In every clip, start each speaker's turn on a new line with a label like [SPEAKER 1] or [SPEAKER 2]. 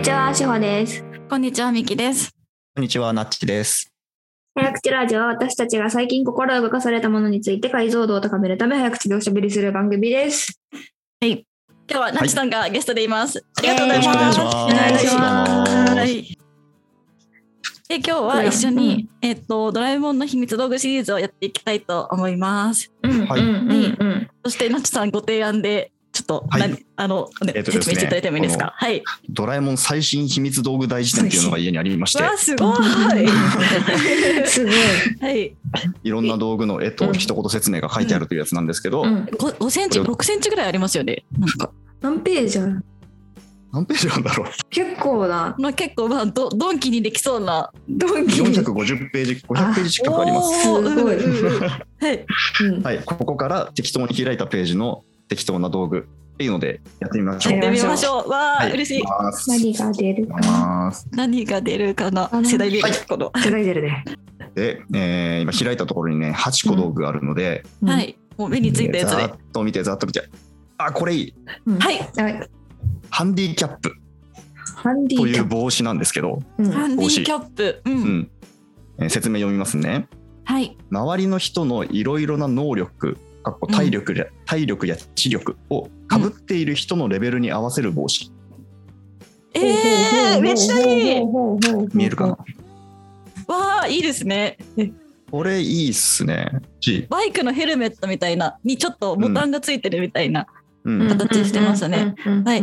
[SPEAKER 1] ちは、しほです。
[SPEAKER 2] こんにちは、みきです。
[SPEAKER 3] こんにちは、ナッチです。
[SPEAKER 1] 早口ラジオは私たちが最近心動かされたものについて解像度を高めるため早口でおしゃべりする番組です。
[SPEAKER 2] 今日は、なちさんがゲストでいます。ありがとうご
[SPEAKER 3] よ
[SPEAKER 2] ざ
[SPEAKER 3] ろ
[SPEAKER 2] い
[SPEAKER 3] しくお
[SPEAKER 2] ま
[SPEAKER 3] 願い
[SPEAKER 2] す。
[SPEAKER 3] しま
[SPEAKER 1] お願いしま
[SPEAKER 3] す。
[SPEAKER 1] す
[SPEAKER 3] どうも
[SPEAKER 2] はい。で、今日は一緒に、えっと、ドラえもんの秘密道具シリーズをやっていきたいと思います。
[SPEAKER 1] うん、
[SPEAKER 3] はい
[SPEAKER 1] うん、うん、
[SPEAKER 2] そして、なちさんご提案で、ちょっと、
[SPEAKER 3] はい
[SPEAKER 2] 何あの、ね
[SPEAKER 3] えっとですね
[SPEAKER 2] 説明していただいてもいいですか。はい。
[SPEAKER 3] ドラえもん最新秘密道具大辞典っていうのが家にありまして
[SPEAKER 2] わ、あ、す ごい。
[SPEAKER 1] うん。すごい。
[SPEAKER 2] はい。
[SPEAKER 3] いろんな道具の絵
[SPEAKER 1] う
[SPEAKER 3] と
[SPEAKER 1] ん
[SPEAKER 3] 一言説明が書いてあるというやつなんですけど
[SPEAKER 1] う、ん、
[SPEAKER 2] ご5センチ、6センチぐらいありますよね。なんか、
[SPEAKER 1] 何ページある
[SPEAKER 3] 何ページなんだろう
[SPEAKER 1] 結構な。
[SPEAKER 2] まあ、結構、まあ、ど、ドンキにできそうな。
[SPEAKER 1] ドンキ。
[SPEAKER 3] ?450 ページ、500ページ近くあります。
[SPEAKER 1] すご
[SPEAKER 2] おー
[SPEAKER 1] い。
[SPEAKER 2] うんうん
[SPEAKER 1] うん
[SPEAKER 2] はい。
[SPEAKER 1] うん
[SPEAKER 3] はい、ここから適当に開いたページの適当な道具っていうのでやってみましょう。
[SPEAKER 2] やってみましょう。わあ、
[SPEAKER 3] はい
[SPEAKER 2] 嬉しい。
[SPEAKER 3] ます
[SPEAKER 1] 何が出るか
[SPEAKER 3] いき
[SPEAKER 1] な
[SPEAKER 3] ます
[SPEAKER 2] 何が出るかな
[SPEAKER 1] あの
[SPEAKER 2] 世代で
[SPEAKER 3] はい
[SPEAKER 2] この。
[SPEAKER 1] 世代出るね。
[SPEAKER 3] で、えー今開いたところにね、8個道具があるので、
[SPEAKER 1] うん
[SPEAKER 2] は。い。もう目についたやつ
[SPEAKER 3] ざ
[SPEAKER 2] で。
[SPEAKER 3] ーっと見て、ざーっと見て、あ、これいい。
[SPEAKER 1] うん
[SPEAKER 2] は。い。
[SPEAKER 1] はい
[SPEAKER 3] ハンディキャップ
[SPEAKER 1] ハンディ
[SPEAKER 3] と
[SPEAKER 1] ー
[SPEAKER 3] い
[SPEAKER 1] キャ
[SPEAKER 3] う
[SPEAKER 1] ッ
[SPEAKER 3] 帽子なんですけど、
[SPEAKER 1] プ。うん
[SPEAKER 2] ハンディキャップ。う。
[SPEAKER 3] うんんえー説明読みますね。
[SPEAKER 2] はい。
[SPEAKER 3] 周りの人のいろいろな能力かっこ
[SPEAKER 2] うん
[SPEAKER 3] 体力や、体力や知力をかぶっている人のレベルに合わせる帽子、
[SPEAKER 2] ええー、めっちゃいい。
[SPEAKER 1] ほ
[SPEAKER 2] わ
[SPEAKER 1] うほうほうほうほうほう
[SPEAKER 3] 見えるかな、
[SPEAKER 2] あ、いいですね。
[SPEAKER 3] これいいっすねし、
[SPEAKER 2] バイクのヘルメットみたいな、にちょっとボタンがついてるみたいな。
[SPEAKER 3] うん
[SPEAKER 2] 形してますね。
[SPEAKER 1] うんうんうんうん
[SPEAKER 2] はい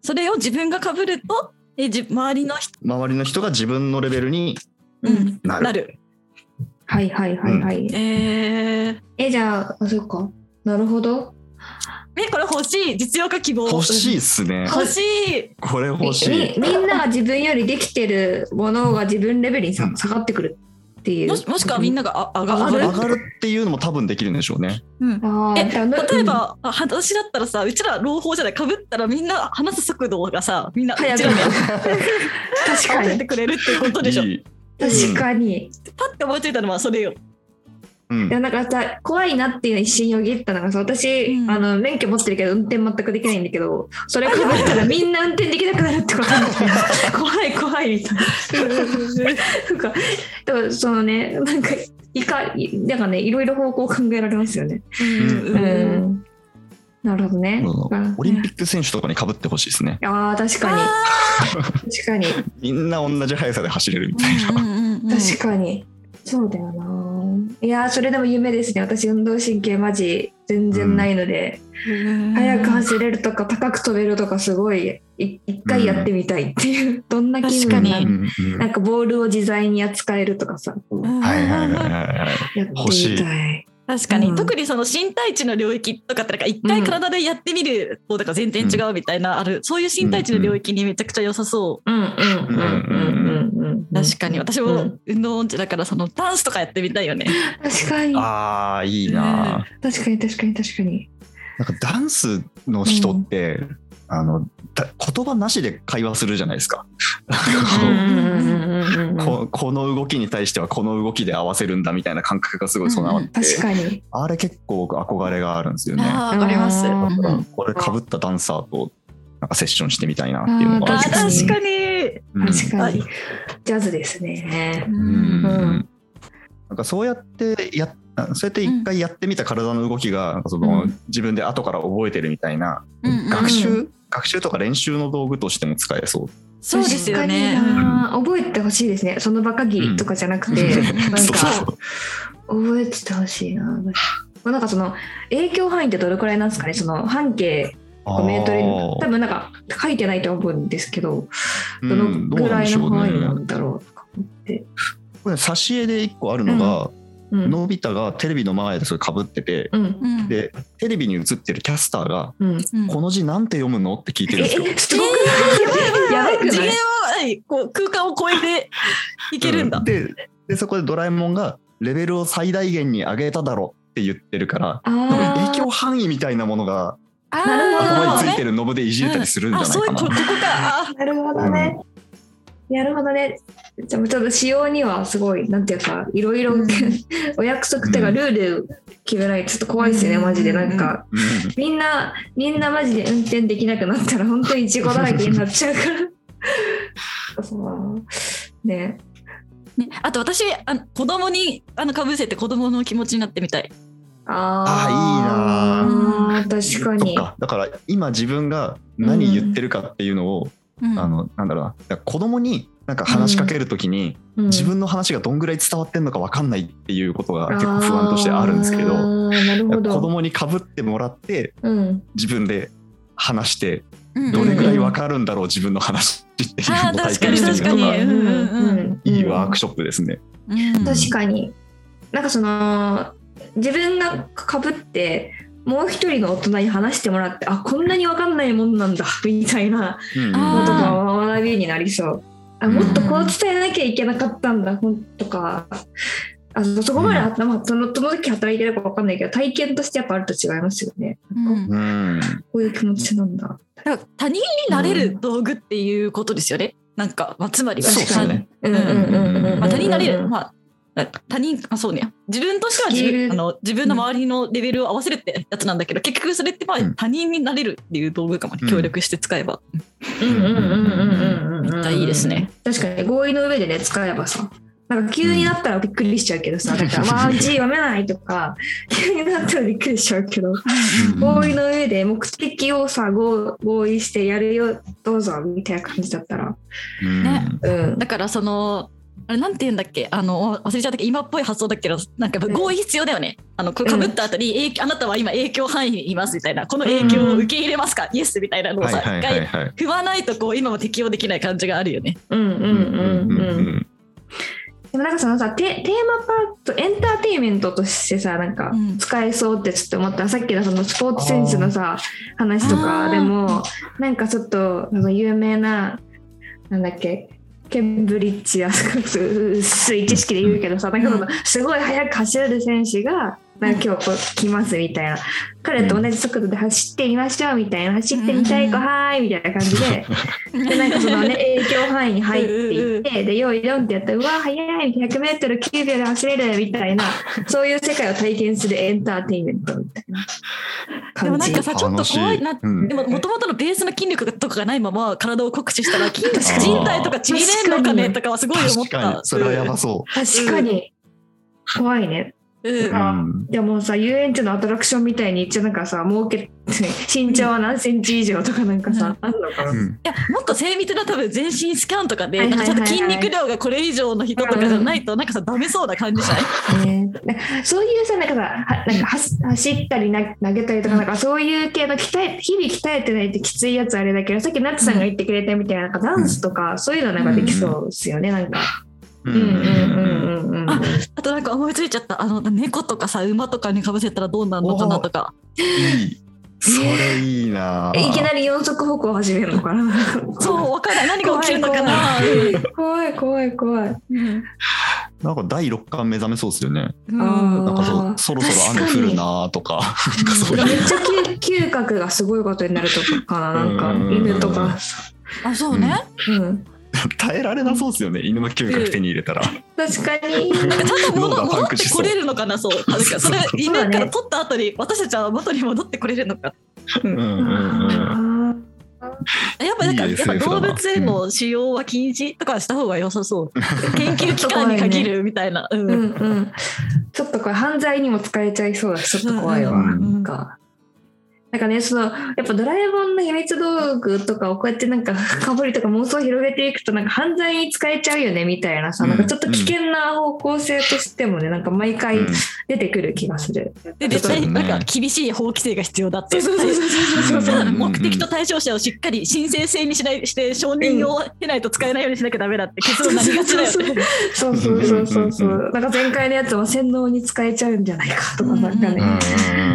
[SPEAKER 2] それを自分が被ると、え、じ、周りの人。
[SPEAKER 3] 周りの人が自分のレベルに
[SPEAKER 2] う
[SPEAKER 1] うん
[SPEAKER 2] ん。
[SPEAKER 3] なる
[SPEAKER 2] なる。
[SPEAKER 1] はいはいはいはい。
[SPEAKER 2] えー。
[SPEAKER 1] え、じゃあ、あ、そっか。なるほど。
[SPEAKER 2] え、これ欲しい。実用化希望。
[SPEAKER 3] 欲しい
[SPEAKER 2] い。
[SPEAKER 3] っすね
[SPEAKER 2] 欲しい。
[SPEAKER 3] これ欲し
[SPEAKER 1] み
[SPEAKER 3] い
[SPEAKER 1] みんなが自分よりできてるものが自分レベルにさ
[SPEAKER 3] うん
[SPEAKER 1] 下がってくるっていう。
[SPEAKER 2] もし、もしくはみんなが、あ、上が上
[SPEAKER 3] 上
[SPEAKER 2] がる。
[SPEAKER 3] がるっていうのも多分できるんでしょうね
[SPEAKER 2] うん。
[SPEAKER 1] あー
[SPEAKER 2] え
[SPEAKER 1] だからな
[SPEAKER 2] 例えば、あ私だったらさうちら朗報じゃないかぶったらみんな話す速度がさみんな
[SPEAKER 1] 早く
[SPEAKER 2] うちらに合わ
[SPEAKER 1] 確か
[SPEAKER 2] せ
[SPEAKER 1] に
[SPEAKER 2] てくれるってことでしょ
[SPEAKER 3] いい、
[SPEAKER 1] 確かに。
[SPEAKER 2] パッて思いついたのはそれよ
[SPEAKER 3] うん
[SPEAKER 1] いやなんかさ怖いなっていうの一瞬よぎったのがさ私、
[SPEAKER 2] うん
[SPEAKER 1] あの免許持ってるけど運転全くできないんだけどそれかぶったらみんな運転できなくなるってことなんだよ怖い怖いみたいな。なんか でもそのねなんかいかなんかねいろいろ方向を考えられますよね。
[SPEAKER 3] ん
[SPEAKER 1] うん、なるほどね。うん
[SPEAKER 3] オリンピック選手とかにかぶってほしいですね
[SPEAKER 1] ああ確かに
[SPEAKER 2] あ
[SPEAKER 1] 確かに
[SPEAKER 3] みんな同じ速さで走れるみたい
[SPEAKER 2] ー
[SPEAKER 3] な、
[SPEAKER 1] 確かに、そうだよないやーそれでも夢ですね私運動神経マジ全然ないので、
[SPEAKER 2] うん
[SPEAKER 1] 早く走れるとか高く飛べるとかすごいい一回やってみたいっていう、どんな気分
[SPEAKER 2] 確か
[SPEAKER 1] な
[SPEAKER 2] に
[SPEAKER 1] の
[SPEAKER 3] うんうん
[SPEAKER 1] なんかボールを自在に扱えるとかさ
[SPEAKER 3] はいはいはいはいはい
[SPEAKER 1] やってみ
[SPEAKER 3] 欲しい
[SPEAKER 1] たい
[SPEAKER 2] 確かに、
[SPEAKER 1] うん
[SPEAKER 2] 特にその身体値の領域とかってなんか一回体でやってみるとだから全然違うみたいなある、そういう身体値の領域にめちゃくちゃ良さそう、
[SPEAKER 1] うんうんうんうんうんうん
[SPEAKER 2] 確かに私も運動音痴だからそのダンスとかやってみたいよね、
[SPEAKER 1] 確かに
[SPEAKER 3] ああいいな、
[SPEAKER 2] うん
[SPEAKER 1] 確かに確かに確かに
[SPEAKER 3] なんかダンスの人って、あのだ言葉なしで会話するじゃないですか。
[SPEAKER 1] うんうんうんうんうん
[SPEAKER 3] ここの動きに対してはこの動きで合わせるんだみたいな感覚がすごい備わって、
[SPEAKER 1] 確かに
[SPEAKER 3] あれ結構僕憧れがあるんですよね。
[SPEAKER 2] ああわかります、
[SPEAKER 1] うん
[SPEAKER 3] だから
[SPEAKER 2] あ
[SPEAKER 3] これかぶったダンサーとなんかセッションしてみたいなっていうの
[SPEAKER 2] ー
[SPEAKER 3] があるん
[SPEAKER 2] 確
[SPEAKER 3] ですよ
[SPEAKER 2] か
[SPEAKER 3] ね
[SPEAKER 2] に
[SPEAKER 3] うん
[SPEAKER 1] 確かに、
[SPEAKER 2] は
[SPEAKER 1] ジャズですね。
[SPEAKER 3] う
[SPEAKER 2] うん
[SPEAKER 3] ん
[SPEAKER 1] うん
[SPEAKER 3] なんかそうやってやっそうやって一回やってみた体の動きがなんかそうの
[SPEAKER 1] ん
[SPEAKER 3] 自分で後から覚えてるみたいな
[SPEAKER 2] うんうん
[SPEAKER 3] 学習、
[SPEAKER 1] う
[SPEAKER 3] 学習とか練習の道具としても使えそう
[SPEAKER 2] そうですよね
[SPEAKER 1] 確かにな覚えてほしいですね。その場限りとかじゃなくて、
[SPEAKER 2] うん
[SPEAKER 1] なんか
[SPEAKER 3] そうそう
[SPEAKER 1] 覚えててほしいな。まあなんかその影響範囲ってどれくらいなんですかね。その半径5メートル
[SPEAKER 3] あ
[SPEAKER 1] 多
[SPEAKER 3] ー
[SPEAKER 1] 分なんか書いてないと思うんですけど、
[SPEAKER 3] う
[SPEAKER 1] どの
[SPEAKER 3] んど
[SPEAKER 1] く
[SPEAKER 3] うなん
[SPEAKER 1] ら
[SPEAKER 3] で
[SPEAKER 1] い
[SPEAKER 3] しょ
[SPEAKER 1] の
[SPEAKER 3] う
[SPEAKER 1] 範囲な
[SPEAKER 3] ね。
[SPEAKER 1] んだろうとか思って。
[SPEAKER 3] これ挿絵で一個あるのが、
[SPEAKER 1] うん
[SPEAKER 3] のび太がテレビの前でそれかぶってて、
[SPEAKER 1] うん
[SPEAKER 2] うん
[SPEAKER 3] でテレビに映ってるキャスターが
[SPEAKER 1] うん。
[SPEAKER 2] うん
[SPEAKER 3] この字なんて読むのって聞いて
[SPEAKER 1] え
[SPEAKER 3] るんですよ。
[SPEAKER 1] えすごくないやば
[SPEAKER 2] やば い
[SPEAKER 1] くな
[SPEAKER 2] 次元
[SPEAKER 1] い
[SPEAKER 2] をはいこう空間を超えていけるんだ、
[SPEAKER 3] うででそこでドラえもんがレベルを最大限に上げただろって言ってるから。多分
[SPEAKER 1] あ
[SPEAKER 3] 影響範囲みたいなものが
[SPEAKER 2] あ
[SPEAKER 1] なるほど
[SPEAKER 3] 思
[SPEAKER 1] 思
[SPEAKER 3] いつい
[SPEAKER 2] る
[SPEAKER 3] てるノブでいじれたりするんじゃ
[SPEAKER 2] あ
[SPEAKER 3] ない
[SPEAKER 2] そうい
[SPEAKER 3] か
[SPEAKER 2] うここ
[SPEAKER 3] な。
[SPEAKER 2] こかあ
[SPEAKER 1] ーなるほどね。なるほどね。じゃあちょっと仕様にはすごい、なんていうか、いろいろ、
[SPEAKER 2] うん
[SPEAKER 1] お約束っていうか、
[SPEAKER 3] うん
[SPEAKER 1] ルール決めないとちょっと怖いですよね、
[SPEAKER 2] うん
[SPEAKER 1] マジで。なんか、みんな、みんなマジで運転できなくなったら、本当に事故だらけになっちゃうから。 そうね
[SPEAKER 2] ね、あと私あの子供にあのかぶせて子供の気持ちになってみたい。
[SPEAKER 1] ああいいな確か
[SPEAKER 3] そっ
[SPEAKER 1] に
[SPEAKER 3] かだから今自分が何言ってるかっていうのを、
[SPEAKER 2] うん
[SPEAKER 3] あのなんだろうなだから子供になんか話しかけるとき
[SPEAKER 1] う
[SPEAKER 3] に、
[SPEAKER 1] ん
[SPEAKER 3] 自分の話がどんぐらい伝わってんのか分かんないっていうことが結構不安としてあるんですけ
[SPEAKER 1] あ
[SPEAKER 3] ど
[SPEAKER 1] ーなる
[SPEAKER 3] 子
[SPEAKER 1] ほど
[SPEAKER 3] 供にかぶってもらって
[SPEAKER 1] うん
[SPEAKER 3] 自分で話して
[SPEAKER 2] うん
[SPEAKER 3] どれぐらい分かるんだろう自分の話っていう
[SPEAKER 2] あー
[SPEAKER 3] のを体
[SPEAKER 2] 確か
[SPEAKER 3] 験
[SPEAKER 2] に
[SPEAKER 3] してみ
[SPEAKER 2] 確
[SPEAKER 3] る
[SPEAKER 2] か
[SPEAKER 3] の
[SPEAKER 2] に
[SPEAKER 3] が
[SPEAKER 2] うんうんうん
[SPEAKER 3] いいワーク
[SPEAKER 1] シ
[SPEAKER 3] ショップですね。
[SPEAKER 2] うん
[SPEAKER 3] ョップ
[SPEAKER 1] 確かになんかその自分がかぶってもう一人の大人に話してもらってあこんなに分かんないもんなんだみたいな
[SPEAKER 3] うん
[SPEAKER 1] こと
[SPEAKER 2] あ
[SPEAKER 1] が学びになりそうあ
[SPEAKER 3] うん
[SPEAKER 1] もっとこう伝えなきゃいけなかったんだほんとかあそそこまで、まあ、そのその時働いてるか分かんないけど体験としてやっぱあると違いますよね
[SPEAKER 2] うん
[SPEAKER 3] うん
[SPEAKER 1] こういう気持ちなんだ
[SPEAKER 2] だから他人になれる道具っていうことですよね。なんか、まあ、つまりは
[SPEAKER 3] そうですね。
[SPEAKER 1] うんうんうんうんうん
[SPEAKER 2] まあ、他人になれる、
[SPEAKER 1] うん
[SPEAKER 2] まあ、他人あそうね自分としては自
[SPEAKER 1] スキ
[SPEAKER 2] 分
[SPEAKER 1] ル
[SPEAKER 2] あの自分の周りのレベルを合わせるってやつなんだけど結局それってまあ
[SPEAKER 3] うん
[SPEAKER 2] 他人になれるっていう道具かもね、
[SPEAKER 3] うん
[SPEAKER 2] 協力して使えば
[SPEAKER 1] うんうんうんうんうんうんうんうん
[SPEAKER 2] めっちゃいいですね。
[SPEAKER 1] 確かに合意の上でね使えばさなんか急になったらびっくりしちゃうけどさ、
[SPEAKER 3] うん
[SPEAKER 1] だから「わあうち読めない」とか急になったらびっくりしちゃうけど
[SPEAKER 3] うん
[SPEAKER 1] 合意の上で目的をさ合合意してやるよどうぞみたいな感じだったら
[SPEAKER 3] うん
[SPEAKER 2] ね
[SPEAKER 1] うん
[SPEAKER 2] だからそのあれなんて言うんだっけあの忘れちゃったけど今っぽい発想だけどなんかやっぱ合意必要だよね、あのこうかぶったあたり、影響あなたは今影響範囲にいますみたいなこの影響を受け入れますか、イエスみたいなのを
[SPEAKER 3] はい
[SPEAKER 2] さ一、
[SPEAKER 3] はいはい
[SPEAKER 2] 回
[SPEAKER 3] はい。
[SPEAKER 2] 踏まないとこう今も適用できない感じがあるよね。
[SPEAKER 1] うんうんうん
[SPEAKER 3] う
[SPEAKER 1] うん
[SPEAKER 3] ん
[SPEAKER 1] でもなんかそのさテテーマパートエンターテインメントとしてさなんか
[SPEAKER 2] うん
[SPEAKER 1] 使えそうってちょっと思った、さっきのそのスポーツ選手のさ話と
[SPEAKER 2] あ
[SPEAKER 1] か
[SPEAKER 2] ー
[SPEAKER 1] でもなんかちょっとその有名ななんだっけケンブリッジや薄い知識で言うけどさなんかそのすごい速く走れる選手が。なんか今日こう来ますみたいな彼と同じ速度で走ってみましょうみたいな走ってみたい子
[SPEAKER 2] うん
[SPEAKER 1] はーいみたいな感じででなんかそ のね影響範囲に入っていってで用意ドンってやったらうわ早い 100m9 秒で走れるみた いなそういう世界を体験するエンターテインメントみたいな
[SPEAKER 2] で
[SPEAKER 1] 感
[SPEAKER 2] もな
[SPEAKER 1] じ
[SPEAKER 2] んかさちょっと怖いなって
[SPEAKER 3] 楽しいうん
[SPEAKER 2] でももともとのベースの筋力とかがないまま体を酷使したら 筋肉
[SPEAKER 1] 確かに
[SPEAKER 2] 人体とかちぎれんのかねとかはすごい思っ
[SPEAKER 3] 確かに
[SPEAKER 2] た。
[SPEAKER 3] それはやばそ
[SPEAKER 1] 確かに怖いね
[SPEAKER 2] うん
[SPEAKER 3] う。
[SPEAKER 2] う
[SPEAKER 3] うんん
[SPEAKER 1] でもさ遊園地のアトラクションみたいに一応なんかさ儲け身長は何センチ以上とかなんかさあるのかな、
[SPEAKER 3] うん
[SPEAKER 2] いやもっと精密な多分全身スキャンとか
[SPEAKER 1] は
[SPEAKER 2] で
[SPEAKER 1] い
[SPEAKER 2] な
[SPEAKER 1] は
[SPEAKER 2] ん
[SPEAKER 1] い
[SPEAKER 2] か
[SPEAKER 1] はいはい
[SPEAKER 2] ちょっと筋肉量がこれ以上の人とかじゃないとなんかさダメそうな感じじゃない
[SPEAKER 1] ねなんかそういうさなんかさはなんか走走ったりな投げたりとかなんかそういう系の鍛え日々鍛えてないときついやつあれだけどさっきナッツさんが言ってくれたみたいななんかダンスとかそういうのなんかできそうですよねなんか。
[SPEAKER 3] う
[SPEAKER 1] うんんうんうんうんうん
[SPEAKER 2] ああとなんか思いついちゃったあの猫とかさ馬とかにかぶせたらどうなるのかなとか
[SPEAKER 3] いい。それいいな。
[SPEAKER 1] えいきなり四足歩行始めるのかな
[SPEAKER 2] そうわかんない何が起きるのかな
[SPEAKER 1] 怖い怖い怖い。
[SPEAKER 2] うん
[SPEAKER 3] なんか第六感目覚めそうですよね。
[SPEAKER 2] うん
[SPEAKER 1] あー
[SPEAKER 3] なんかそ
[SPEAKER 1] あ
[SPEAKER 3] うそろそろ雨降るなとか、なんかそう
[SPEAKER 1] めっ
[SPEAKER 3] いう。
[SPEAKER 1] ちゃ嗅嗅覚がすごいことになるとかかななんか
[SPEAKER 3] うん
[SPEAKER 1] 犬とか。
[SPEAKER 2] あそうね
[SPEAKER 1] うん、
[SPEAKER 3] 耐えられなそうですよね。犬の嗅覚手に入れたら。
[SPEAKER 1] 確かに。
[SPEAKER 2] なんかちゃんと
[SPEAKER 3] 脳
[SPEAKER 2] 戻
[SPEAKER 3] がパ
[SPEAKER 2] 戻
[SPEAKER 3] ン
[SPEAKER 2] っ
[SPEAKER 3] ク
[SPEAKER 2] て
[SPEAKER 3] し
[SPEAKER 2] こ
[SPEAKER 3] そう
[SPEAKER 2] れるのかなそうなんかそれ夢から取った後に私たちは元に戻ってこれるのか
[SPEAKER 3] うんうんうん。
[SPEAKER 2] やっぱなんか
[SPEAKER 3] いい
[SPEAKER 2] やっ
[SPEAKER 3] SF だ
[SPEAKER 2] ぱ
[SPEAKER 3] な
[SPEAKER 2] 動物への使用は禁止とかした方が良 さそう研究機関に限るみたいなうん
[SPEAKER 1] うんうん、ちょっとこれ犯罪にも使えちゃいそうだしちょっと怖いわ、
[SPEAKER 3] うんうん
[SPEAKER 1] なんか。なんかね、そのやっぱドラえもんの秘密道具とかをこうやってなんか かぶりとか妄想を広げていくとなんか犯罪に使えちゃうよねみたいなさ、
[SPEAKER 3] うん
[SPEAKER 1] なんかちょっと危険な方向性としてもねなんか毎回出てくる気がする。
[SPEAKER 2] で絶
[SPEAKER 3] そう
[SPEAKER 2] 対
[SPEAKER 3] ね
[SPEAKER 2] なんか厳しい法規制が必要だって
[SPEAKER 1] そうそうそうそうそう
[SPEAKER 3] うんうんうん
[SPEAKER 2] 目的と対象者をしっかり申請制にしないして承認を経ないと使えないようにしなきゃダメだって結論になりがちだよね。
[SPEAKER 1] そうそうそうそうそうう。なんか前回のやつは洗脳に使えちゃうんじゃないかとかなんか
[SPEAKER 3] うんうん
[SPEAKER 1] ね、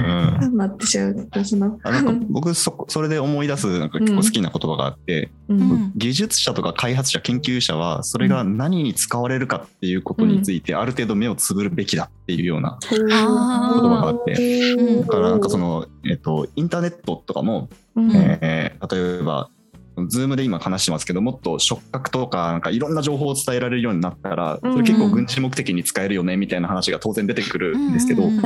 [SPEAKER 3] うんうん。
[SPEAKER 1] なってしまうその。
[SPEAKER 3] あなんか僕そこそれで思い出すなんか結構好きな言葉があって、
[SPEAKER 1] うん
[SPEAKER 2] うん
[SPEAKER 3] 技術者とか開発者研究者はそれが何に使われるかっていうことについてある程度目をつぶるべきだっていうような
[SPEAKER 2] あー
[SPEAKER 3] 言葉があって
[SPEAKER 2] うん
[SPEAKER 3] だからなんかその、えっと、インターネットとかも、
[SPEAKER 1] うん
[SPEAKER 3] えー例えば、ズームで今話してますけど、もっと触覚とか、なんかいろんな情報を伝えられるようになったら、それ結
[SPEAKER 2] う
[SPEAKER 3] 構
[SPEAKER 2] んうん
[SPEAKER 3] 軍事目的に使えるよねみたいな話が当然出てくるんですけど、
[SPEAKER 2] うんうんうん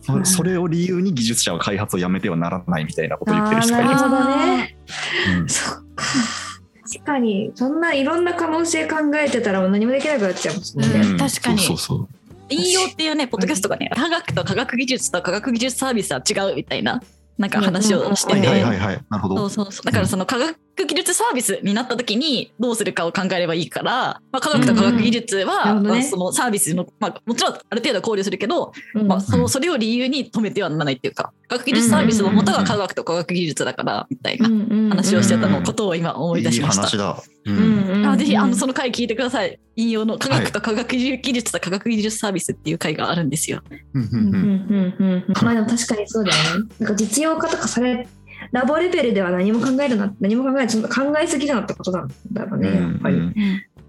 [SPEAKER 3] そそれを理由に技術者は開発をやめてはならないみたいなことを言って
[SPEAKER 1] あ
[SPEAKER 3] る人が
[SPEAKER 1] ー
[SPEAKER 3] い
[SPEAKER 1] な
[SPEAKER 3] る
[SPEAKER 1] る
[SPEAKER 2] す
[SPEAKER 1] ほどね。
[SPEAKER 3] うん
[SPEAKER 1] そっか。確かにそんないろんな可能性考えてたらもう何もできなくなっちゃうもんね、
[SPEAKER 2] うん
[SPEAKER 3] うん
[SPEAKER 2] 確かに
[SPEAKER 3] そうそうそう
[SPEAKER 2] 引用っていうねポッドキャストがね科学と科学技術と科学技術サービスは違うみたいななんか話をして
[SPEAKER 1] う
[SPEAKER 3] は
[SPEAKER 1] ん
[SPEAKER 3] い
[SPEAKER 1] うん
[SPEAKER 2] て、
[SPEAKER 3] はいはいはいなるほ
[SPEAKER 2] そ
[SPEAKER 3] ど
[SPEAKER 2] うそうそうだからその科学技術サービスになった時にどうするかを考えればいいから、まあ、科学と科学技術は、
[SPEAKER 1] うんうんなるほどね
[SPEAKER 2] まあそのサービスの、まあ、もちろんある程度考慮するけど、
[SPEAKER 1] うん
[SPEAKER 2] まあ、そのそれを理由に止めてはならないっていうか科学技術サービスの元は科学と科学技術だからみたいな
[SPEAKER 1] うんうんうん
[SPEAKER 2] 話をしてた
[SPEAKER 3] も
[SPEAKER 2] のことを今思い出
[SPEAKER 3] いい
[SPEAKER 2] しました。
[SPEAKER 3] 話だ、う
[SPEAKER 1] うんんうんうん
[SPEAKER 2] あぜひあのその回聞いてください。引用の科学と科学技術と科学技術サービスっていう回があるんですよ。
[SPEAKER 3] うんう
[SPEAKER 1] うんうん
[SPEAKER 3] んうん
[SPEAKER 1] うんうんまあでも確かにそうだよねなんか実用化とかされラボレベルでは何も考えるな何も考えちょっと考えすぎだなってことなんだろうねやっぱり、
[SPEAKER 3] うん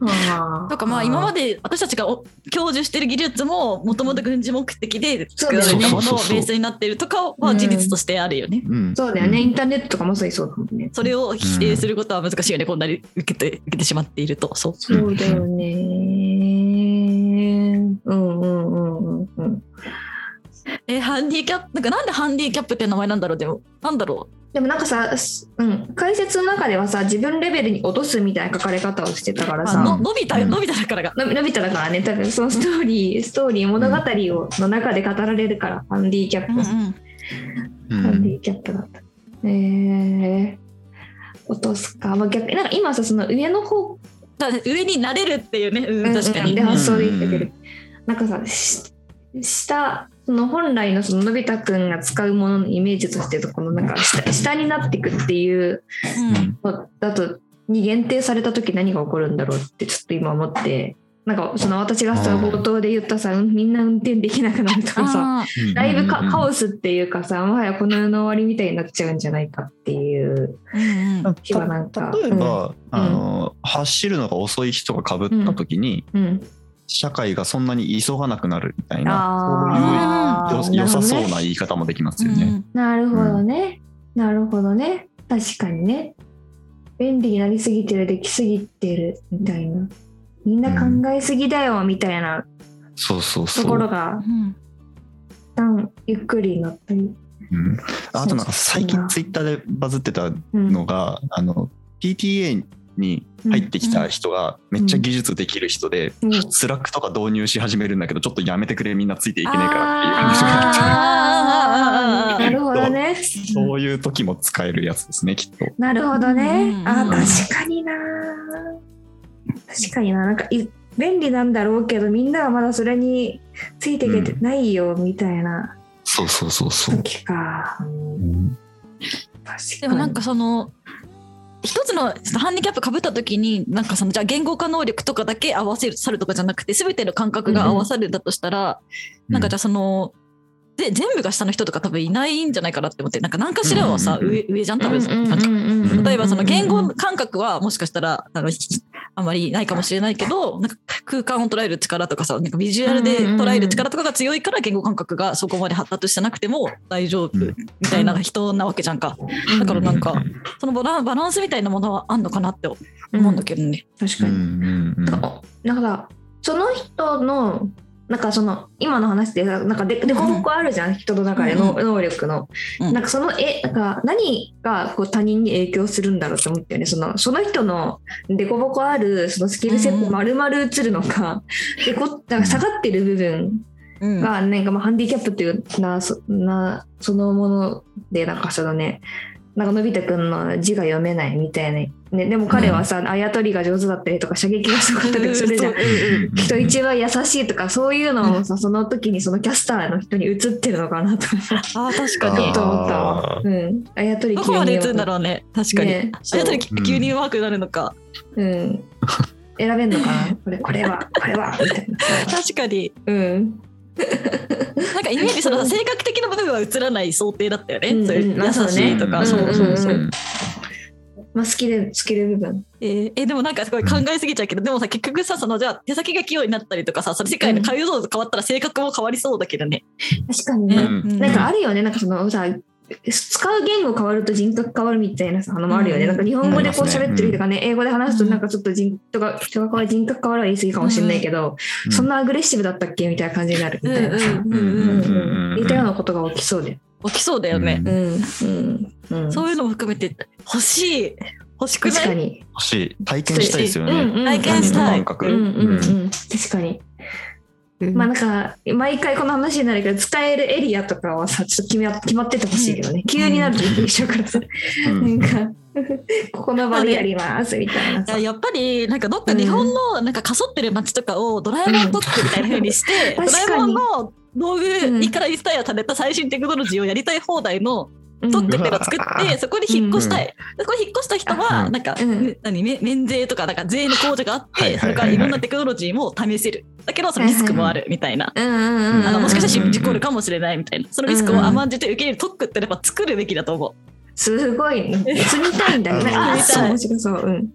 [SPEAKER 1] あー
[SPEAKER 2] とかまあ今まで私たちがお享受してる技術ももともと軍事目的で作られ
[SPEAKER 1] そうだ
[SPEAKER 2] た
[SPEAKER 1] よね
[SPEAKER 2] ものをベースになってるとかは事実としてあるよね。
[SPEAKER 3] うん
[SPEAKER 1] そうだよね、インターネットとかまさにそうだもんね。
[SPEAKER 2] それを否定することは難しいよね、こんなに受けて受けてしまっていると。そう
[SPEAKER 1] そうだよね。うんうんうんうんうん。
[SPEAKER 2] えーハンディキャップなんかなんでハンディキャップって名前なんだろうでもなんだろ
[SPEAKER 1] でもなんかさ、すうん、解説の中ではさ、自分レベルに落とすみたいな書かれ方をしてたか
[SPEAKER 2] う、
[SPEAKER 1] ら
[SPEAKER 2] ま
[SPEAKER 1] さ、
[SPEAKER 2] あ
[SPEAKER 1] の
[SPEAKER 2] の伸びた
[SPEAKER 3] うん
[SPEAKER 2] 伸びただからが。
[SPEAKER 1] のび太だからね、多分そのストーリー、ストーリー、物語をの中で語られるから、ハンディキャップ、
[SPEAKER 2] うんうん
[SPEAKER 1] ハ
[SPEAKER 3] う
[SPEAKER 1] ンデ
[SPEAKER 3] ん
[SPEAKER 1] ィキャップだった。えー、落とすか。まあ、逆になんか今さ、その上の方
[SPEAKER 2] だから上になれるっていうね、うん確か
[SPEAKER 1] うんうん
[SPEAKER 2] に。
[SPEAKER 1] で
[SPEAKER 2] うん
[SPEAKER 1] 発想で言ったけど、なんかさし下その本来のそののび太くんが使うもののイメージとしてとこのなんか下下になっていくっていう
[SPEAKER 2] うん
[SPEAKER 1] のだとに限定された時何が起こるんだろうってちょっと今思ってなんかその私がさ
[SPEAKER 3] うん
[SPEAKER 1] 冒頭で言ったさうんみんな運転できなくなるとかさ
[SPEAKER 2] あー
[SPEAKER 1] だいぶ
[SPEAKER 3] うんうんう
[SPEAKER 1] か
[SPEAKER 3] ん
[SPEAKER 1] カオスっていうかさもはやこの世の終わりみたいになっちゃうんじゃないかっていう
[SPEAKER 2] うんうん
[SPEAKER 1] 気はなんか。
[SPEAKER 3] 例えば、あの走るのが遅い人がかぶった時に、
[SPEAKER 1] うん、うん
[SPEAKER 3] 社会がそんなに急がなくなるみたいな
[SPEAKER 1] あ
[SPEAKER 3] そう
[SPEAKER 1] ー
[SPEAKER 3] いうよ良さそう
[SPEAKER 1] るほどね
[SPEAKER 3] な言い方もできます
[SPEAKER 2] う
[SPEAKER 3] よ
[SPEAKER 2] ん
[SPEAKER 3] ね。
[SPEAKER 1] なるほどね、なるほどね確かにね便利になりすぎてるできすぎてるみたいなみんな考えすぎだよみたいな
[SPEAKER 3] そうそう
[SPEAKER 1] と
[SPEAKER 3] そ
[SPEAKER 1] ころ
[SPEAKER 3] う、
[SPEAKER 1] が
[SPEAKER 2] うん
[SPEAKER 1] 一旦ゆっくりになったり、
[SPEAKER 3] うんあとなんか最
[SPEAKER 1] そう
[SPEAKER 3] 近
[SPEAKER 1] だ
[SPEAKER 3] ツイッターでバズってた
[SPEAKER 1] うん
[SPEAKER 3] のが、あの PTA に入ってきた人がめっちゃ技術できる人で、
[SPEAKER 1] うん
[SPEAKER 3] スラックとか導入し始めるんだけどちょっとやめてくれみんなついていけねえからっていう話があ
[SPEAKER 1] あー
[SPEAKER 2] あ
[SPEAKER 3] って
[SPEAKER 2] ー
[SPEAKER 1] なるほどね
[SPEAKER 3] そういう時も使えるやつですねきっと。
[SPEAKER 1] なるほどね
[SPEAKER 2] うん
[SPEAKER 1] あー確かにな確かにななんかい便利なんだろうけどみんなはまだそれについていけてないよみたいな
[SPEAKER 3] そうそうそうそう。
[SPEAKER 1] 時か、
[SPEAKER 3] うん
[SPEAKER 1] 確かに
[SPEAKER 2] でもなんかその一つのハンディキャップかぶった時になんかそのじゃあ言語化能力とかだけ合わせるさるとかじゃなくて全ての感覚が合わさるんだとしたら、なんかじゃあその。で全部が下の人とか多分いないんじゃないかなって思ってなんか何かしらはさ、
[SPEAKER 3] うんうんうん
[SPEAKER 2] 上上じゃん多分、なんか例えばその言語感覚はもしかしたらあのひあんまりないかもしれないけどなんか空間を捉える力とかさなんかビジュアルで捉える力とかが強いから言語感覚がそこまで発達してなくても大丈夫みたいな人なわけじゃんかだからなんかそのバランバランスみたいなものはあんのかなって思うんだけどね。
[SPEAKER 1] 確
[SPEAKER 3] う
[SPEAKER 1] か
[SPEAKER 3] ん
[SPEAKER 1] に、
[SPEAKER 3] うんうん
[SPEAKER 1] だからだからその人のなんかその今の話でさなんかででこぼこあるじゃん、人の中での
[SPEAKER 2] うん
[SPEAKER 1] 能力の、
[SPEAKER 2] うん
[SPEAKER 1] なんかそのえなんか何がこう他人に影響するんだろうと思ったよねそのその人のでこぼこあるそのスキルセット丸々映るの か,、でこだから下がってる部分
[SPEAKER 2] うん
[SPEAKER 1] がなんかまあハンディキャップっていうなそなそのものでなんかそのねなんかのび太くんの字が読めないみたいな、ね、でも彼はさ、あやとりが上手だったりとか射撃がすごかったりするじゃん
[SPEAKER 2] うんうんうん
[SPEAKER 1] 人一倍優しいとかそういうのもさその時にそのキャスターの人に映ってるのかなとかさ
[SPEAKER 2] あー確
[SPEAKER 1] ちょ
[SPEAKER 2] か
[SPEAKER 1] っと思
[SPEAKER 2] に
[SPEAKER 1] ったわ
[SPEAKER 3] あ
[SPEAKER 1] うんあやとり
[SPEAKER 2] どこまで打
[SPEAKER 1] 急
[SPEAKER 2] つんだ
[SPEAKER 1] に
[SPEAKER 2] ろうね確かに。
[SPEAKER 1] ね
[SPEAKER 2] あやとり急にうまくなるのか、
[SPEAKER 1] うん選べんのかなこれこれはこれはみたいな
[SPEAKER 2] 確かに
[SPEAKER 1] うん
[SPEAKER 2] なんかイメージその性格的な部分は映らない想定だったよね、
[SPEAKER 1] うんうん
[SPEAKER 2] そういう優しいとか、
[SPEAKER 1] まあそ
[SPEAKER 2] そ
[SPEAKER 1] う
[SPEAKER 2] う
[SPEAKER 1] ね
[SPEAKER 2] そうそう、
[SPEAKER 1] んうんまあ好きで好きで部分
[SPEAKER 2] えーえーでもなんかすごい考えすぎちゃうけど、でもさ結局さそのじゃあ手先が器用になったりとかさその世界の解像度変わったら性格も変わりそうだけどね、
[SPEAKER 1] 確かに
[SPEAKER 2] ね
[SPEAKER 1] ね
[SPEAKER 3] ん
[SPEAKER 1] なんかあるよね、なんかそのさ、使う言語変わると人格変わるみたいなさ、のもあるよね。
[SPEAKER 2] うん
[SPEAKER 1] なんか日本語でこう
[SPEAKER 3] ありますね
[SPEAKER 1] 喋ってる人がね、英語で話すとなんかちょっと人とか人が変わる人格変わるは言い過ぎかもしれないけど、
[SPEAKER 3] うん
[SPEAKER 1] そんなアグレッシブだったっけみたいな感じになるみたいなさ。
[SPEAKER 2] うん
[SPEAKER 1] うん
[SPEAKER 2] うん
[SPEAKER 3] うんうん
[SPEAKER 1] うん似たようなことが起きそうで。
[SPEAKER 2] 起きそうだよね、
[SPEAKER 1] うん。うん。うん
[SPEAKER 2] そういうのも含めて欲しい欲しく
[SPEAKER 1] 確
[SPEAKER 2] な
[SPEAKER 1] か
[SPEAKER 2] い
[SPEAKER 1] に。
[SPEAKER 3] 欲しい体験したいですよね、
[SPEAKER 1] うんうん
[SPEAKER 2] 体験したい
[SPEAKER 3] 感覚、
[SPEAKER 1] うんうんう
[SPEAKER 3] うん
[SPEAKER 1] ん、確かに。
[SPEAKER 2] うん
[SPEAKER 1] まあなんか、毎回この話になるけど、伝えるエリアとかはさ、ちょっと決め決まっててほしいけどね。急になるとびっくりしちゃうからさ、
[SPEAKER 3] うん
[SPEAKER 1] なんか、ここの場でやりますみたいないさ
[SPEAKER 2] や。やっぱりなんかどっか日本のなんかかそってる街とかをドラえもん特区みたいな風にして、
[SPEAKER 1] うん
[SPEAKER 2] ドラえもんの道
[SPEAKER 1] うん
[SPEAKER 2] 具からリスタイアされた最新テクノロジーをやりたい放題の
[SPEAKER 1] うん
[SPEAKER 2] 特区っていうのを作ってそこに引っ越したい、そこに引っ越した人は
[SPEAKER 3] うん
[SPEAKER 2] なんか、
[SPEAKER 1] うん
[SPEAKER 2] ね何め免税とかなんか税の控除があって、
[SPEAKER 3] はいはいはいはい
[SPEAKER 2] それからいろんなテクノロジーも試せるだけどそのリスクもあるみたいな、
[SPEAKER 1] うんうんうん。
[SPEAKER 2] あのもしかした
[SPEAKER 3] う
[SPEAKER 2] ら
[SPEAKER 3] ん
[SPEAKER 2] 実行るかもしれないみたいなそのリスクを甘んじて受け入れる特区ってやっぱ作るべきだと思う。
[SPEAKER 1] すごいね。住みたいんだよね。
[SPEAKER 3] あ
[SPEAKER 1] あ、
[SPEAKER 2] 住みたい
[SPEAKER 1] そう、面白そう。うん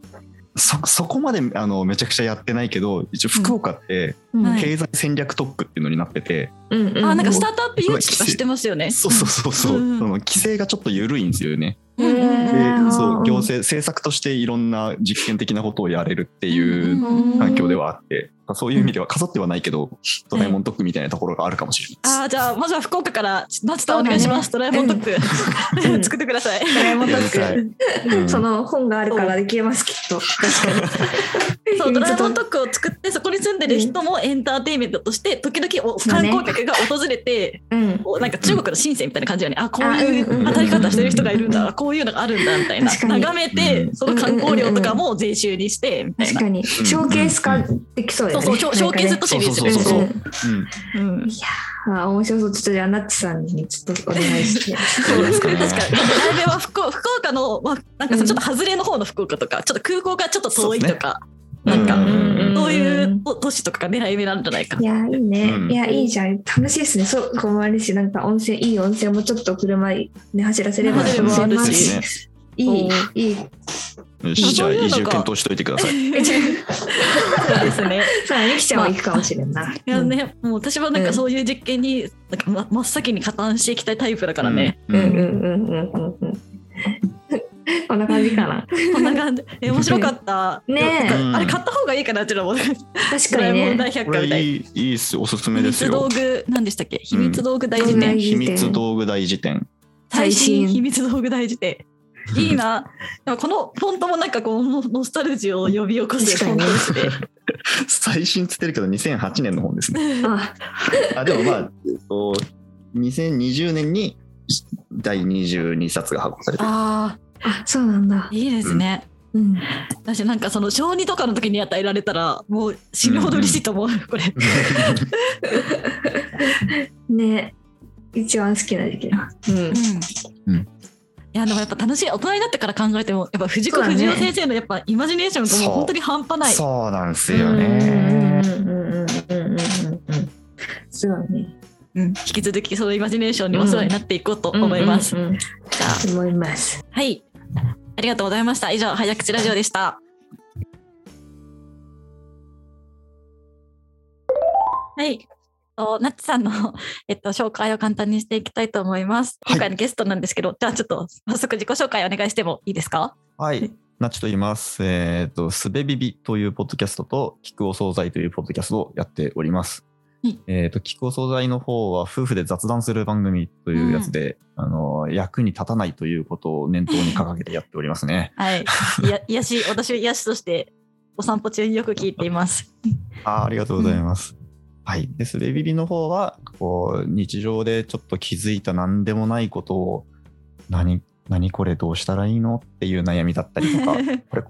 [SPEAKER 3] そそこまであのめちゃくちゃやってないけど一応福岡って
[SPEAKER 1] うん。
[SPEAKER 2] はい
[SPEAKER 3] 経済戦略特区っていうのになってて、
[SPEAKER 1] うんうんうん。
[SPEAKER 2] あなんかスタートアップ誘致とかしてますよね。
[SPEAKER 3] そうそうそうそう、
[SPEAKER 2] うん
[SPEAKER 3] その規制がちょっと緩いんですよね。
[SPEAKER 1] うん
[SPEAKER 3] で
[SPEAKER 1] うん
[SPEAKER 3] そう行政政策としていろんな実験的なことをやれるっていううん環境ではあって、そういう意味では飾ってはないけど、ドラえもん特区みたいなところがあるかもしれないです。
[SPEAKER 2] あーじゃあまずは福岡からナチさんお願いします。ドラえもん特
[SPEAKER 1] うんう
[SPEAKER 2] 区
[SPEAKER 1] ん
[SPEAKER 2] 作ってください。
[SPEAKER 1] ドラえもん特
[SPEAKER 3] やり
[SPEAKER 1] 区。
[SPEAKER 3] うん
[SPEAKER 1] その本があるからできます、きっと。
[SPEAKER 2] そうドラえもん
[SPEAKER 1] 特
[SPEAKER 2] 特区を作ってそこに住んでる人もエンターテインメントとして時々お観光客が訪れて
[SPEAKER 1] 区。うん。
[SPEAKER 2] こうなんか中国の深センみたいな感じよね。あこうい
[SPEAKER 1] あうんうん
[SPEAKER 2] う当たり方してる人がいるんだ。こういうのがあるんだみたいな
[SPEAKER 1] 確かに
[SPEAKER 2] 眺めて
[SPEAKER 3] うん
[SPEAKER 2] その観光料とかも税収にしてみたい
[SPEAKER 1] 確
[SPEAKER 2] な。
[SPEAKER 1] かに。ショーケース化できそうだ
[SPEAKER 2] そ
[SPEAKER 1] よ
[SPEAKER 2] う
[SPEAKER 1] ね。
[SPEAKER 2] そうショーショーケースとしてリリースする
[SPEAKER 3] そうそうそう
[SPEAKER 1] うん
[SPEAKER 3] うん
[SPEAKER 2] うん
[SPEAKER 1] あ面白そう。ちょっとじゃあ、ナッチさんにちょっとお願いして。
[SPEAKER 2] そうですかね。
[SPEAKER 3] いいで
[SPEAKER 2] 確
[SPEAKER 3] す
[SPEAKER 2] か
[SPEAKER 3] か
[SPEAKER 2] に
[SPEAKER 3] ね。
[SPEAKER 2] ライブは福福岡の、まあ、なんか
[SPEAKER 1] う
[SPEAKER 2] さ
[SPEAKER 1] ん
[SPEAKER 2] ちょっと外れの方の福岡とか、ちょっと空港がちょっと遠いとか、
[SPEAKER 3] そうです
[SPEAKER 2] な
[SPEAKER 3] ね
[SPEAKER 2] んか、
[SPEAKER 1] うん
[SPEAKER 2] そういううん都都市とかが狙い目なんじゃないか
[SPEAKER 1] い。 や、いいね。
[SPEAKER 3] うん
[SPEAKER 1] いや、いいじゃん。楽しいですね。そう、こもあるし、なんか温泉、いい温泉もちょっと車で走らせれば、温
[SPEAKER 2] 走
[SPEAKER 3] れば
[SPEAKER 1] 泉もある
[SPEAKER 3] です
[SPEAKER 1] し
[SPEAKER 3] ね。
[SPEAKER 1] いい、いい。
[SPEAKER 3] よしじゃあ
[SPEAKER 2] そういうの
[SPEAKER 3] 移
[SPEAKER 2] が
[SPEAKER 3] 住検討しといてください。
[SPEAKER 1] えじゃ
[SPEAKER 2] そうですね。
[SPEAKER 1] あさあ、ゆきちゃんは行くかもしれんない。
[SPEAKER 2] いやね、もう私はなんかそういう実験に、なんかま真っ先に加担していきたいタイプだからね。
[SPEAKER 1] う
[SPEAKER 3] うんん。
[SPEAKER 1] う
[SPEAKER 3] うんん
[SPEAKER 1] うんうんうんうん。こんな感じかな。
[SPEAKER 2] こんな感じ。え、面白かった。
[SPEAKER 1] ねえ
[SPEAKER 2] なんかあれ買った方がいいかな、うちらも。
[SPEAKER 1] 確
[SPEAKER 2] ド
[SPEAKER 1] か
[SPEAKER 2] ラえ
[SPEAKER 1] に
[SPEAKER 2] もん
[SPEAKER 1] ね。
[SPEAKER 2] 大百
[SPEAKER 3] こ
[SPEAKER 2] 科
[SPEAKER 3] れ
[SPEAKER 2] みたいな。
[SPEAKER 3] いいいいっすおすすめ
[SPEAKER 2] 秘
[SPEAKER 3] です
[SPEAKER 2] 密道
[SPEAKER 3] よ。
[SPEAKER 2] 具、何でしたっけ秘密道具大事
[SPEAKER 1] うん
[SPEAKER 2] 典。
[SPEAKER 1] 具
[SPEAKER 3] 秘密道具大辞典。
[SPEAKER 2] 最
[SPEAKER 1] 最
[SPEAKER 2] 新
[SPEAKER 1] 新
[SPEAKER 2] 秘密道具大事典。いいな。でもこのフォントもなんかこうノノスタルジーを呼び起こすフォントですね。
[SPEAKER 3] 最新つってるけど2008年の本ですね。
[SPEAKER 1] あ、
[SPEAKER 3] あでもまあ、えっと、2020年に第22冊が発行されて る。
[SPEAKER 2] あ
[SPEAKER 1] あ、そうなんだ
[SPEAKER 2] あ、。いいですね。
[SPEAKER 1] うん。
[SPEAKER 2] 私なんかその小児とかの時に与えられたらもう死ぬほど嬉しいと思う、これ。
[SPEAKER 1] ね。一番好きな時期だ。うん。
[SPEAKER 2] う
[SPEAKER 3] うんん
[SPEAKER 2] いやでもやっぱ楽しい大人になってから考えてもやっぱ藤子
[SPEAKER 1] そうだ
[SPEAKER 2] 不
[SPEAKER 1] ね
[SPEAKER 2] 二雄先生のやっぱイマジネーションがもう本当に半端ない。
[SPEAKER 3] そうなんです
[SPEAKER 1] うん
[SPEAKER 3] よね。
[SPEAKER 1] うんうんうんうんうんうんうん。そうだね。
[SPEAKER 2] うん引き続きそのイマジネーションにお世話になっていこうと思います。
[SPEAKER 1] うんうんうん
[SPEAKER 2] じゃあ
[SPEAKER 1] 思います。
[SPEAKER 2] はい。ありがとうございました。以上、早口ラジオでした。はい。とナッツさんの、 えっと、紹介を簡単にしていきたいと思います。
[SPEAKER 3] はい
[SPEAKER 2] 今回のゲストなんですけど、じゃあちょっと早速自己紹介お願いしてもいいですか
[SPEAKER 3] はい。ナチと言います。えっ、と、すべビビというポッドキャストと、キクお惣菜というポッドキャストをやっております。
[SPEAKER 2] はい。
[SPEAKER 3] えっ、と、キクお惣菜の方は、夫婦で雑談する番組というやつで、あの、役に立たないということを念頭に掲げてやっておりますね
[SPEAKER 2] はい。 いや、癒やし、私は癒やしとして、お散歩中によく聞いています。
[SPEAKER 3] あーありがとうございます。はい。で、すべビビの方は、こう、日常でちょっと気づいた何でもないことを、何、何これどうしたらいいのっていう悩みだったりとか、これ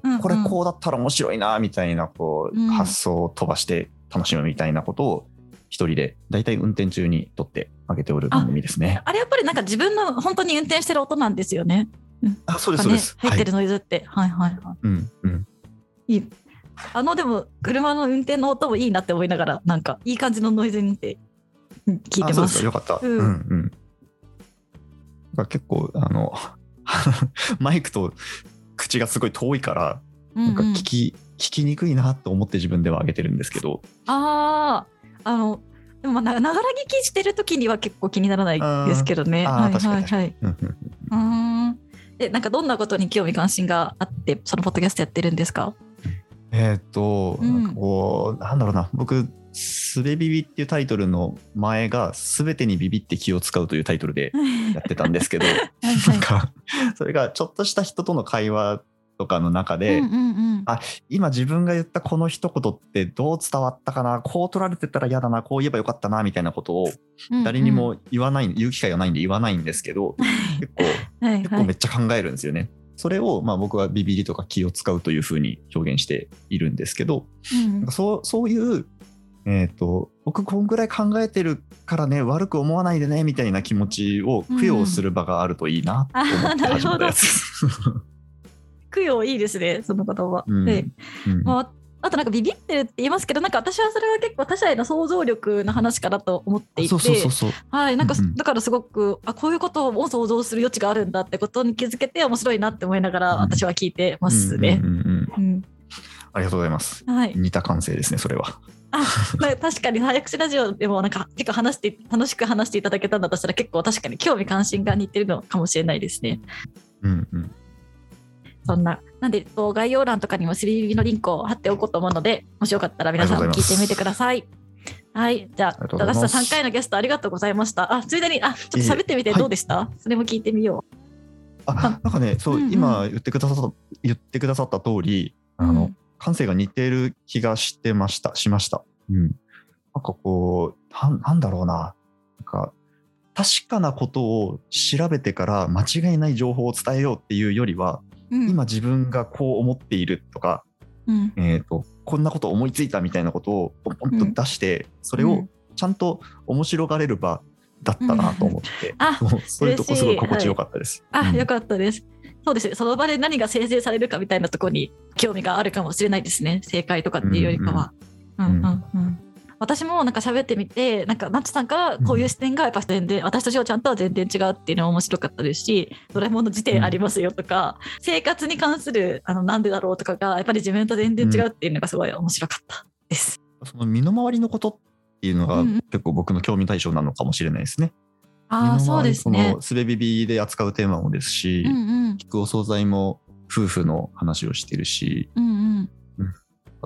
[SPEAKER 2] うんうん
[SPEAKER 3] これこうだったら面白いなみたいなこ
[SPEAKER 2] う
[SPEAKER 3] う、
[SPEAKER 2] ん
[SPEAKER 3] 発想を飛ばして楽しむみたいなことを一人でだいたい運転中に撮ってあげておる番組ですね。
[SPEAKER 2] あれやっぱりなんか自分の本当に運転してる音なんですよね。
[SPEAKER 3] あそうです
[SPEAKER 2] やっ
[SPEAKER 3] そう
[SPEAKER 2] ぱ
[SPEAKER 3] で
[SPEAKER 2] ね入
[SPEAKER 3] す。
[SPEAKER 2] ってるノイズって。はい、はい、はい。
[SPEAKER 3] はい、うんうん。
[SPEAKER 2] いい。あのでも車の運転の音もいいなって思いながらなんかいい感じのノイズにってうん聞いて
[SPEAKER 3] あそう
[SPEAKER 2] ま
[SPEAKER 3] です
[SPEAKER 2] す。
[SPEAKER 3] よかった。
[SPEAKER 2] うん
[SPEAKER 3] うんうん。だから結構あの マイクと口がすごい遠いから
[SPEAKER 2] うんう
[SPEAKER 3] なんんか聞き、聞きにくいなと思って自分では上げてるんですけど。
[SPEAKER 2] あああのでもまあなながら聞きしてる時には結構気にならないですけどね。
[SPEAKER 3] あーあ
[SPEAKER 2] はい
[SPEAKER 3] ー
[SPEAKER 2] はい
[SPEAKER 3] 確か
[SPEAKER 2] はい。
[SPEAKER 3] うんうん
[SPEAKER 2] うーん。えなんかどんなことに興味関心があってそのポッドキャストやってるんですか。
[SPEAKER 3] えーっと、
[SPEAKER 2] うん
[SPEAKER 3] なんかこう、なんだろうな、僕、すべビビっていうタイトルの前が、すべてにビビって気を使うというタイ トルでやってたんですけど、
[SPEAKER 2] はい
[SPEAKER 3] なんか、それがちょっとした人との会話とかの中
[SPEAKER 2] うん
[SPEAKER 3] で、
[SPEAKER 2] うん
[SPEAKER 3] 今自分が言ったこの一言ってどう伝わったかなこう取られてたら嫌だなこう言えばよかったなみたいなことを
[SPEAKER 2] うん
[SPEAKER 3] 誰にも言わない、言う機会がないんで言わないんですけど結構
[SPEAKER 2] うんはい
[SPEAKER 3] 結
[SPEAKER 2] は
[SPEAKER 3] 構
[SPEAKER 2] い
[SPEAKER 3] めっちゃ考えるんですよね。それをまあ僕はビビりとか気を使うというふうに表現しているんですけど
[SPEAKER 2] うん
[SPEAKER 3] なんかそうそういう、えー、と僕こんぐらい考えてるからね悪く思わないでねみたいな気持ちを供養する場があるといいなと思って始めたやつ。
[SPEAKER 2] 供養いいですねその言葉、
[SPEAKER 3] うん
[SPEAKER 2] はい
[SPEAKER 3] うん
[SPEAKER 2] まあ、あとなんかビビってるって言いますけどなんか私はそれは結構他者への想像力の話かなと思っていて
[SPEAKER 3] そうそうそうそう。
[SPEAKER 2] はいなんか
[SPEAKER 3] うんうん
[SPEAKER 2] だからすごくあこういうことを想像する余地があるんだってことに気づけて面白いなって思いながら
[SPEAKER 3] うん
[SPEAKER 2] 私は聞いてますね
[SPEAKER 3] う。んうんうんうん
[SPEAKER 2] うん
[SPEAKER 3] ありがとうございます。
[SPEAKER 2] はい、
[SPEAKER 3] 似た感性ですね、それは。
[SPEAKER 2] まあ確かに早口ラジオでもなんか結構話して楽しく話していただけたんだとしたら結構確かに興味関心が似てるのかもしれないですね。
[SPEAKER 3] うんうん。
[SPEAKER 2] そんななんでえっと概要欄とかにもスリービのリンクを貼っておこうと思うのでもしよかったら皆さん
[SPEAKER 3] あり
[SPEAKER 2] も
[SPEAKER 3] がと
[SPEAKER 2] 聞い
[SPEAKER 3] うございます
[SPEAKER 2] てみてください。はい、じゃあ、
[SPEAKER 3] ありがとうございます
[SPEAKER 2] 高橋さん3回のゲストありがとうございました。あ、ついでに、あ、ちょっと喋ってみて
[SPEAKER 3] いえはい
[SPEAKER 2] どうでした、それも聞いてみよ
[SPEAKER 3] あなんかね、そう、
[SPEAKER 2] うんうん
[SPEAKER 3] 今言ってくださった、言ってくださった通り、
[SPEAKER 2] う。
[SPEAKER 3] あの、
[SPEAKER 2] うん
[SPEAKER 3] 感性が似てる気がしてました、しました。うん。なんかこう、なんなんだろうな。なんか、確かなことを調べてから間違いない情報を伝えようっていうよりは、
[SPEAKER 2] うん
[SPEAKER 3] 今自分がこう思っているとか、
[SPEAKER 2] うん
[SPEAKER 3] えっ、と、こんなこと思いついたみたいなことをポンポンと出して、それ
[SPEAKER 2] う
[SPEAKER 3] を
[SPEAKER 2] ん
[SPEAKER 3] ちゃんと面白がれる場だったなと思って、
[SPEAKER 2] あ
[SPEAKER 3] もうそういうとこすごい
[SPEAKER 2] 嬉しい
[SPEAKER 3] 心地よかったです。
[SPEAKER 2] あ、
[SPEAKER 3] うん
[SPEAKER 2] よかったです。そうですね。その場で何が生成されるかみたいなところに興味があるかもしれないですね。正解とかっていうよりかは。うん
[SPEAKER 3] ん
[SPEAKER 2] う
[SPEAKER 3] うん
[SPEAKER 2] んうん。私もなんか喋ってみて、なんかナッチさんからこういう視点がやっぱ全然、私としおちゃんとは全然違うっていうのは面白かったですし、ドラえもんの辞典ありますよとか、生活に関するあのなんでだろうとかがやっぱり自分と全然違うっていうのがすごい面白かったです。
[SPEAKER 3] その身の回りのことっていうのが
[SPEAKER 2] うんうん
[SPEAKER 3] 結構僕の興味対象なのかもしれないですね。
[SPEAKER 2] ああ、
[SPEAKER 3] 身の
[SPEAKER 2] そう
[SPEAKER 3] 回り
[SPEAKER 2] ですね
[SPEAKER 3] こ。のすべびびで扱うテーマもですし、
[SPEAKER 2] うんうん
[SPEAKER 3] 聞くお惣菜も夫婦の話をしてるし、
[SPEAKER 2] うんうん。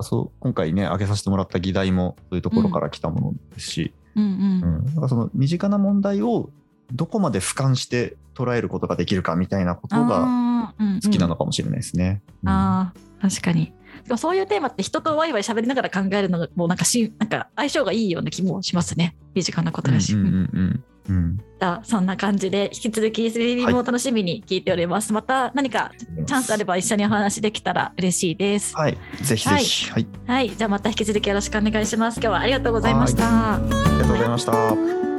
[SPEAKER 3] そう今回ね、挙げさせてもらった議題もそういうところから来たものですし、
[SPEAKER 2] うん
[SPEAKER 3] う
[SPEAKER 2] うんん。
[SPEAKER 3] なんかその身近な問題をどこまで俯瞰して捉えることができるかみたいなことが
[SPEAKER 2] あーうんうん
[SPEAKER 3] 好きなのかもしれないですね。うん
[SPEAKER 2] ああ確かにでもそういうテーマって人とワイワイ喋りながら考えるのがもうなんかしなんか相性がいいような気もしますね身近なことだし、
[SPEAKER 3] うんう
[SPEAKER 2] うん
[SPEAKER 3] んうんうんうん
[SPEAKER 2] じゃあそんな感じで引き続き SBB も楽しみに聞いております、また何かチャンスあれば一緒にお話できたら嬉しいです
[SPEAKER 3] はい、ぜひぜひ、はい、
[SPEAKER 2] はいじゃあまた引き続きよろしくお願いします今日はありがとうございました
[SPEAKER 3] ありがとうございました。
[SPEAKER 1] うん